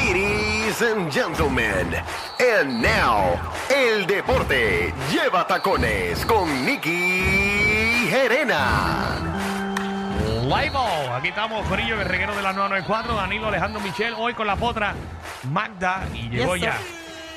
Ladies and gentlemen, and now, el deporte lleva tacones con Nicky Gerena. Live Ball. Aquí estamos, Corillo, el reguero de la 994, Danilo Alejandro Michel, hoy con la potra Magda y llegó Yes, ya.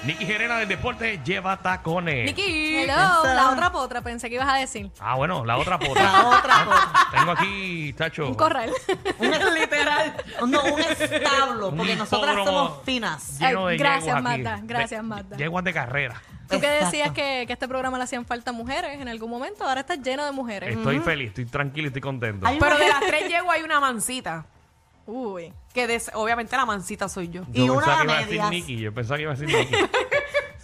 Nicky Gerena del Deporte lleva tacones. Niki, Hello, Yes, la sir. otra potra, pensé que ibas a decir. Ah, bueno, la otra potra. La otra cosa. Tengo aquí, Tacho. Un corral. Un es- literal. No, un establo, Un porque nosotras hipódromo. somos finas. lleno de Ay, gracias, yeguas aquí. Magda, gracias, De- Magda. Yeguas de carrera. Tú que Exacto. decías que, que a este programa le hacían falta mujeres en algún momento, ahora está lleno de mujeres. Estoy feliz, estoy tranquilo, y estoy contento. Hay Pero una- de las tres llego hay una mancita. Uy. Que des- obviamente la mancita soy yo. Eh. y una pensaba que a iba a decir medias. Nicky, yo pensaba que iba a decir Nicky.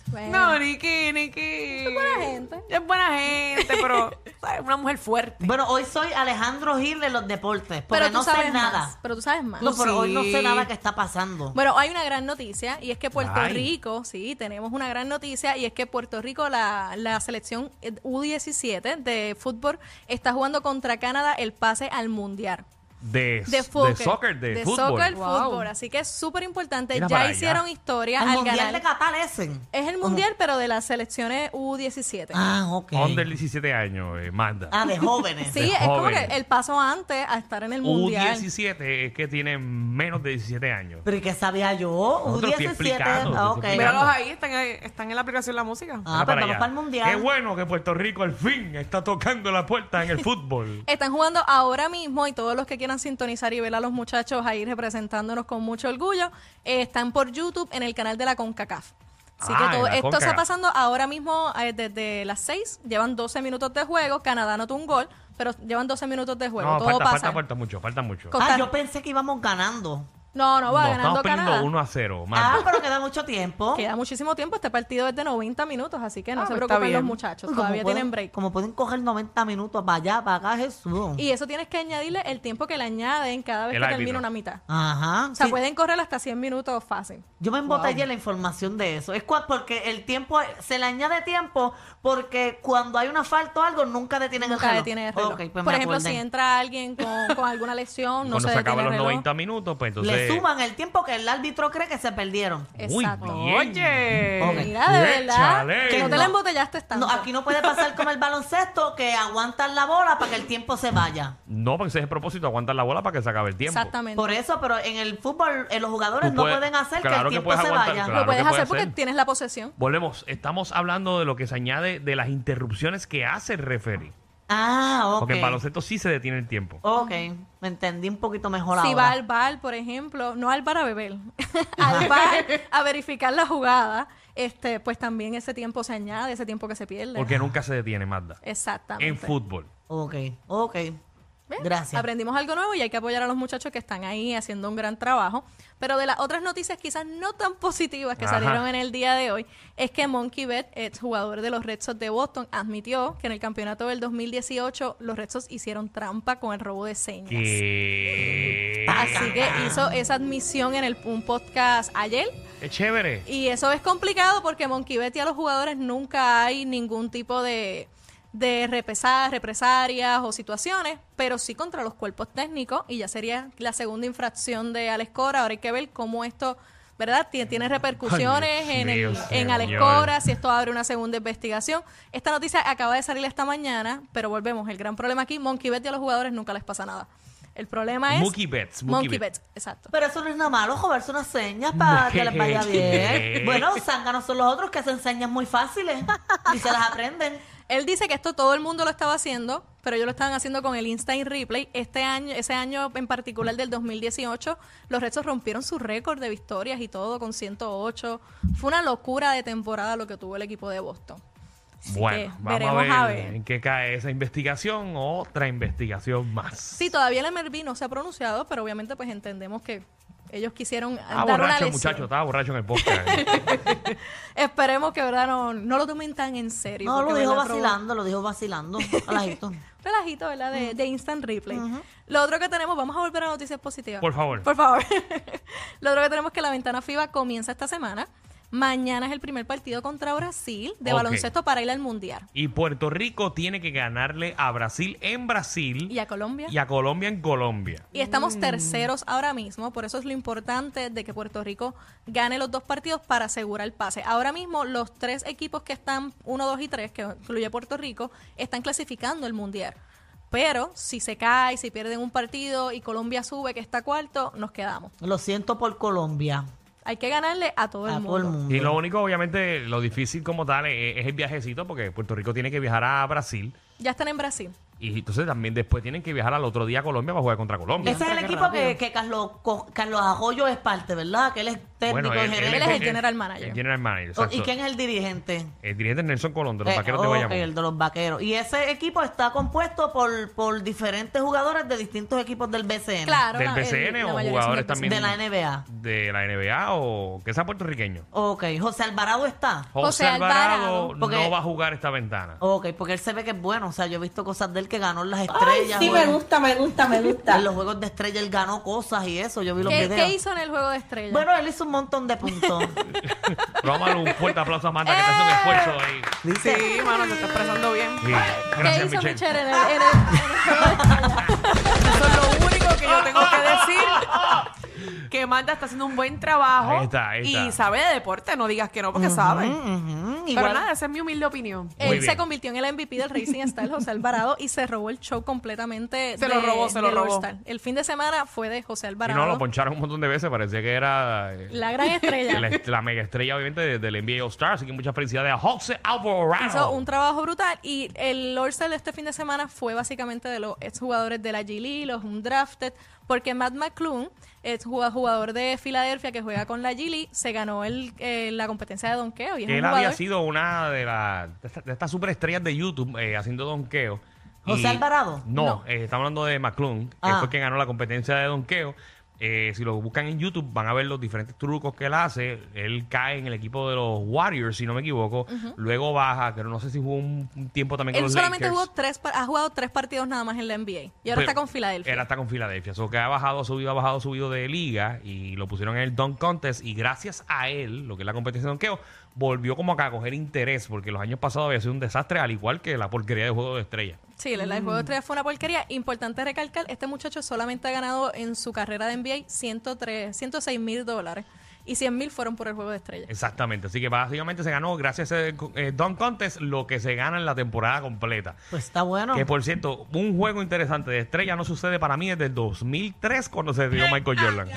Bueno. No, Niki, Niki. Es buena gente. Es buena gente, pero ¿sabes? una mujer fuerte. Bueno, hoy soy Alejandro Gil de los deportes, porque pero tú no sabes sé más, nada. Pero tú sabes más. No, pero hoy no Sí. sé nada que está pasando. Bueno, hay una gran noticia y es que Puerto Ay. Rico, sí, tenemos una gran noticia y es que Puerto Rico, la, la selección eh, U17 de fútbol, está jugando contra Canadá el pase al Mundial. De, De de soccer. soccer, de, fútbol. soccer, Wow. fútbol. Así que es súper importante. Mira para Ya allá. hicieron historia el al mundial ganar. de Qatar ese. Es el mundial, pero de las selecciones U17. Ah, ok. Under 17 años, eh, Magda. Ah, de jóvenes. sí, de es como que jóvenes. el paso antes a estar en el mundial. U17 es que tienen menos de 17 años. Pero ¿y qué sabía yo? te estoy U17. explicando, Ah, te ok. estoy Míralos ahí, están, ahí- están en la aplicación la música. Ah, Mira pues vamos allá. para el mundial. Qué bueno que Puerto Rico al fin está tocando la puerta en el fútbol. Están jugando ahora mismo y todos los que quieran sintonizar y ver a los muchachos ahí representándonos con mucho orgullo, eh, están por YouTube en el canal de la CONCACAF. Así Ah, que todo en la esto está CONCACAF. pasando ahora mismo eh, desde las 6. Llevan 12 minutos de juego. Canadá anotó un gol, pero llevan 12 minutos de juego. no, todo falta, pasa. falta, falta mucho, falta mucho. Co- Ah, yo pensé que íbamos ganando. No, no, va No, ganando estamos perdiendo Canadá. 1 a 0. Ah, pero queda mucho tiempo. Queda muchísimo tiempo. Este partido es de 90 minutos, así que no Ah, se pues está preocupen los bien. muchachos. Uy, ¿cómo Todavía pueden- tienen break. Como pueden coger 90 minutos para allá, para acá, Jesús. Y eso tienes que añadirle el tiempo que le añaden cada vez El que árbitro. termina una mitad. Ajá. O sea, sí. pueden correr hasta 100 minutos fácil. Yo me embotellé la información de eso. Es cua- porque el tiempo, se le añade tiempo porque cuando hay una falta o algo, nunca detienen el Nunca reloj. detiene el reloj. Ok, pues Por me ejemplo, acordé. si entra alguien con, con alguna lesión, no Cuando se, se, acaban los detiene el reloj. 90 minutos, pues entonces. Le suman el tiempo que el árbitro cree que se perdieron. Muy Exacto. bien. Oye. Ok. Mira, de verdad. Échale. Que no te No. la embotellaste tanto. No, aquí no puede pasar como el baloncesto que aguantan la bola para que el tiempo se vaya. No, porque ese es el propósito, aguantar la bola para que se acabe el tiempo. Exactamente. Por eso, pero en el fútbol eh, los jugadores Tú no puedes- pueden hacer claro que que el tiempo puedes se aguantar, vaya. claro. lo puedes que puede hacer porque ser. tienes la posesión. Volvemos, estamos hablando de lo que se añade de las interrupciones que hace el referee. Ah, ok. Porque en baloncesto sí se detiene el tiempo. Ok, me entendí un poquito mejor Si va ahora. al bar, por ejemplo, no al bar a beber, al bar a verificar la jugada, este, pues también ese tiempo se añade, ese tiempo que se pierde. Porque nunca se detiene, Magda. Exactamente. En fútbol. Ok, ok. ¿Ves? Gracias. Aprendimos algo nuevo y hay que apoyar a los muchachos que están ahí haciendo un gran trabajo. Pero de las otras noticias quizás no tan positivas que Ajá. salieron en el día de hoy, es que Monkey Bet, ex jugador de los Red Sox de Boston, admitió que en el campeonato del 2018 los Red Sox hicieron trampa con el robo de señas. Que. Así que hizo esa admisión en el, un podcast ayer. Es chévere. Y eso es complicado porque Monkey Bet y a los jugadores nunca hay ningún tipo de, de repesa- represalias o situaciones, pero sí contra los cuerpos técnicos y ya sería la segunda infracción de Alex Cora. Ahora hay que ver cómo esto, ¿verdad? Tie- tiene repercusiones Ay, Dios en, el, mío, en Alex señor. Cora, si esto abre una segunda investigación. Esta noticia acaba de salir esta mañana, pero volvemos. El gran problema aquí, Monkey Bet y a los jugadores nunca les pasa nada. El problema es... Mookie Betts, Mookie Mookie Betts. Betts, exacto. Pero eso no es nada malo, joderse unas señas para que les vaya bien. bueno, zánganos son los otros que hacen señas muy fáciles y se las aprenden. Él dice que esto todo el mundo lo estaba haciendo, pero ellos lo estaban haciendo con el Instant Replay. Este año, ese año en particular del 2018, los Red Sox rompieron su récord de victorias y todo con 108. Fue una locura de temporada lo que tuvo el equipo de Boston. Así Bueno, que vamos a ver, veremos a ver. en qué cae esa investigación. Otra investigación más. Sí, todavía el MLB no se ha pronunciado, pero obviamente pues entendemos que ellos quisieron Ah, dar una borracho, lesión. el muchacho, estaba borracho en el podcast. Esperemos que verdad no, no lo tomen tan en serio. No, lo porque, dijo ¿verdad? Probó- vacilando, lo dijo vacilando. Alajito. relajito, ¿verdad? De, de Instant Replay. Lo otro que tenemos, vamos a volver a noticias positivas. Por favor. Por favor. Lo otro que tenemos es que la ventana FIBA comienza esta semana. Mañana es el primer partido contra Brasil de Ok. baloncesto para ir al Mundial. Y Puerto Rico tiene que ganarle a Brasil en Brasil Y a Colombia. y a Colombia en Colombia. Y estamos Mm. terceros ahora mismo, por eso es lo importante de que Puerto Rico gane los dos partidos para asegurar el pase. Ahora mismo los tres equipos que están 1, 2 y 3, que incluye Puerto Rico, están clasificando el Mundial. Pero si se cae, si pierden un partido y Colombia sube, que está cuarto, nos quedamos. Lo siento por Colombia. Hay que ganarle a todo a el todo el mundo. mundo. Y lo único, obviamente, lo difícil como tal es, es el viajecito, porque Puerto Rico tiene que viajar a Brasil. Ya están en Brasil. Y entonces también después tienen que viajar al otro día a Colombia para jugar contra Colombia. Ese es el Qué equipo que, rápido. que Carlos, Co- Carlos Arroyo es parte, ¿verdad? Que él es técnico, él- gerente. Él es el general manager. El general manager, Oh, exacto. ¿Y quién es el dirigente? El dirigente es Nelson Colón, de los Eh, vaqueros de ok, Bayamón. el de los vaqueros. Y ese equipo está compuesto por, por diferentes jugadores de distintos equipos del BCN. Claro. ¿Del la- el- BCN la o mayoría son jugadores del BCN. también? De la NBA. De la NBA o que sea puertorriqueño. Ok, José Alvarado está. José José Alvarado, Alvarado. Porque- no va a jugar esta ventana. Ok, porque él se ve que es bueno. O sea, yo he visto cosas de él que ganó en las estrellas. Sí, me juegos- gusta, me gusta, me gusta. En los juegos de estrella él ganó cosas y eso. Yo vi los ¿Qué, videos. qué hizo en el juego de estrellas? Bueno, él hizo un montón de puntos. Mm, Vamos a darle un fuerte aplauso a Amanda, que está haciendo un esfuerzo ahí. Dice, Sí, mano, te está expresando bien. Sí. Eh, ¿Qué Gracias, hizo Michelle. Michelle, en el- en el- en el juego de estrellas? Eso es lo único que yo tengo que decir. Que Marta está haciendo un buen trabajo. Ahí está, ahí está. Y sabe de deporte, no digas que no, porque sabe. mm, Pero igual- nada, esa es mi humilde opinión. Muy Él bien. se convirtió en el MVP del Racing Star José Alvarado y se robó el show completamente. Se lo robó, se lo del robó. All-Star. El fin de semana fue de José Y Alvarado. no, lo poncharon un montón de veces, parecía que era eh, la gran estrella. la, est- la mega estrella, obviamente, de- del NBA All-Star. Así que muchas felicidades a José Alvarado. Hizo un trabajo brutal y el All-Star de este fin de semana fue básicamente de los exjugadores de la G League, los undrafted, porque Matt McClung, ex jugado- jugador de Filadelfia que juega con la G League, se ganó el, eh, la competencia de donkeo y es que un él había jugador sido una de, las de, esta- de estas superestrellas de YouTube eh, haciendo donqueo. ¿José Y- Alvarado? No, No. eh, estamos hablando de McClung, que Ah. fue quien ganó la competencia de donqueo. Eh, si lo buscan en YouTube van a ver los diferentes trucos que él hace. Él cae en el equipo de los Warriors, si no me equivoco. Luego baja, pero no sé si jugó un, un tiempo también con Él los solamente Lakers. jugó tres, par- ha jugado tres partidos nada más en la NBA y ahora Pero está con Filadelfia. Él Pues, está con Filadelfia. So que ha bajado, subido, ha bajado, subido de liga y lo pusieron en el Dunk Contest. Y gracias a él, lo que es la competencia de donkeo, volvió como que a coger interés porque los años pasados había sido un desastre, al igual que la porquería de juego de estrella. Sí, el, el juego de estrellas fue una porquería. Importante recalcar, este muchacho solamente ha ganado en su carrera de NBA 103, 106 mil dólares. Y 100 mil fueron por el juego de estrellas. Exactamente. Así que básicamente se ganó, gracias a ese eh, Dunk Contest, lo que se gana en la temporada completa. Pues está bueno. Que por cierto, un juego interesante de estrella no sucede para mí desde el 2003 cuando se dio Michael Jordan.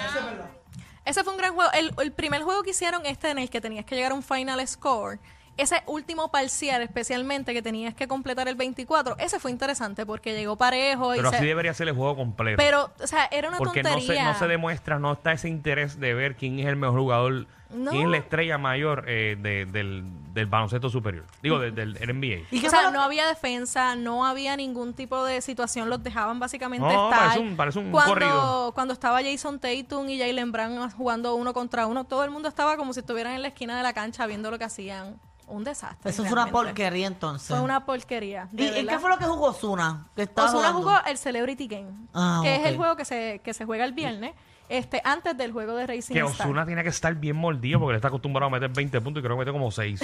Ese fue un gran juego. El, el primer juego que hicieron, este en el que tenías que llegar a un final score, ese último parcial especialmente que tenías que completar el 24, ese fue interesante porque llegó parejo. y Pero se- así debería ser el juego completo. pero, o sea, era una porque no se, tontería. no se demuestra, no está ese interés de ver quién es el mejor jugador, No. quién es la estrella mayor eh, de- del, del baloncesto superior, digo, de- del NBA. ¿Y qué o sea, fue lo no había defensa, no había ningún tipo de situación, los dejaban básicamente No, estar. parece un- parece un cuando, corrido. cuando estaba Jason Tatum y Jalen Brown jugando uno contra uno, todo el mundo estaba como si estuvieran en la esquina de la cancha viendo lo que hacían. Un desastre. Eso fue una realmente. porquería entonces. Fue una porquería. ¿Y, y qué fue lo que jugó Osuna? Que estaba Osuna jugando. jugó eh, el Celebrity Game, Ah, que es ok. el juego que se, que se juega el viernes, este, antes del juego de Racing Que Star. Osuna tiene que estar bien mordido porque él está acostumbrado a meter 20 puntos y creo que mete como 6.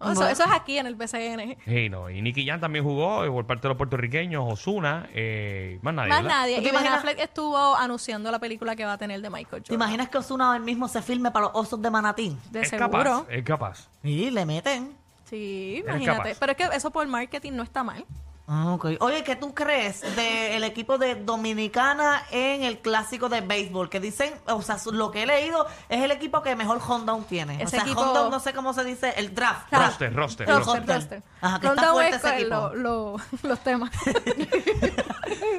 O sea, Eso es aquí en el BCN. y, no, y Nicky Jan también jugó eh, por parte de los puertorriqueños, Osuna, eh, más nadie. Más ¿verdad? nadie. ¿Tú Y te Ben imaginas- Affleck estuvo anunciando la película que va a tener de Michael Jordan. ¿Te imaginas que Osuna hoy mismo se filme para los osos de Manatí? De es seguro. capaz, es capaz. Y le meten. Sí, Eres imagínate. capaz. Pero es que eso por marketing no está mal. Ah, ok. Oye, ¿qué tú crees del equipo de Dominicana en el clásico de béisbol? Que dicen, o sea, su- lo que he leído es el equipo que mejor Hondown tiene. o Ese sea, equipo- Hondown, no sé cómo se dice, el draft. Claro. Roster, roster, Pero roster. Roster. Ajá, que está Ronda fuerte Huesco ese en lo- equipo. lo- los temas.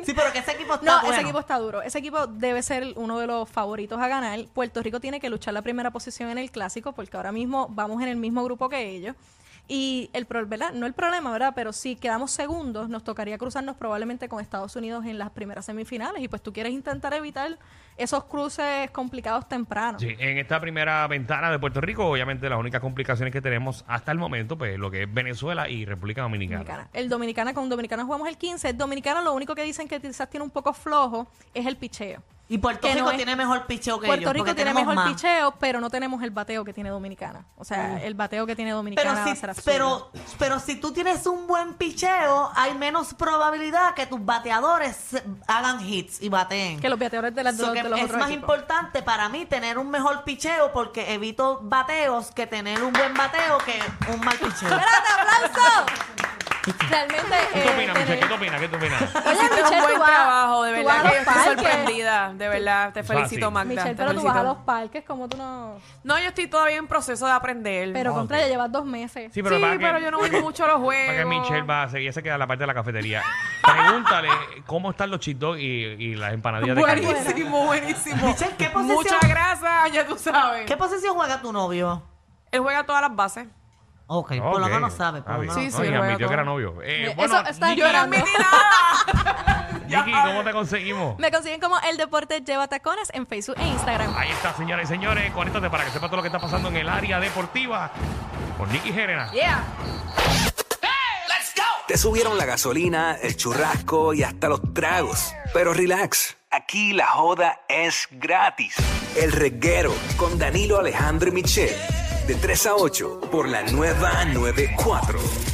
Sí, pero que ese equipo está no, bueno. ese equipo está duro. Ese equipo debe ser uno de los favoritos a ganar. Puerto Rico tiene que luchar la primera posición en el clásico porque ahora mismo vamos en el mismo grupo que ellos. Y el pro- ¿verdad? No el problema, ¿verdad? Pero si quedamos segundos, nos tocaría cruzarnos probablemente con Estados Unidos en las primeras semifinales. Y pues tú quieres intentar evitar esos cruces complicados temprano. Sí, en esta primera ventana de Puerto Rico, obviamente las únicas complicaciones que tenemos hasta el momento, pues lo que es Venezuela y República Dominicana. Dominicana. El Dominicana con Dominicana jugamos el 15. El Dominicana lo único que dicen que quizás tiene un poco flojo es el picheo. Y Puerto que no Rico es- tiene mejor picheo que Puerto ellos, Rico porque tiene tenemos mejor más. Mm. picheo, pero no tenemos el bateo que tiene Dominicana. O sea, el bateo que tiene Dominicana Pero va a si, ser absurdo. pero, pero si tú tienes un buen picheo, hay menos probabilidad que tus bateadores se- hagan hits y bateen. que los bateadores de, las, So de que los es otros más equipos. importante para mí tener un mejor picheo porque evito bateos que tener un buen bateo que un mal picheo. ¡Espérate, aplauso! Realmente. ¿Qué eh, tú opinas, Michelle? tener- ¿Qué tú opinas? ¿Qué tú opinas? Oye, Hiciste Michelle, un buen tú vas- trabajo, de tú vas verdad a que yo los estoy parques. sorprendida, de verdad. Te Fácil. felicito, Magda. Michelle, te pero tú vas a felicito. los parques, como tú no. No, yo estoy todavía en proceso de aprender. Pero Ah, contra ok. ella llevas dos meses. sí, pero, yo no voy mucho a los juegos. Para que Michelle va a seguir, se queda en la parte de la cafetería. Pregúntale cómo están los cheat dogs y, y las empanadillas de carne. Buenísimo, buenísimo. Michelle, ¿qué posición- Muchas gracias, ya tú sabes. ¿Qué posición juega tu novio? Él juega todas las bases. Ok, Ok. por lo menos sabe. Por Ah, lo bien. menos. Sí, sí, No, y juega admitió todo. que era novio. Eh, Eso bueno, está Nicky, ¡Yo no llorando. admití nada! Nicky, ah, ¿cómo te conseguimos? Me consiguen como El Deporte Lleva Tacones en Facebook e Instagram. Ahí está, señoras y señores. Conéctate para que sepa todo lo que está pasando en el área deportiva con Nicky Gerena. Yeah. Te subieron la gasolina, el churrasco y hasta los tragos. Pero relax, aquí la joda es gratis. El reguero con Danilo Alejandro y Michel. De 3 a 8 por la nueva 94.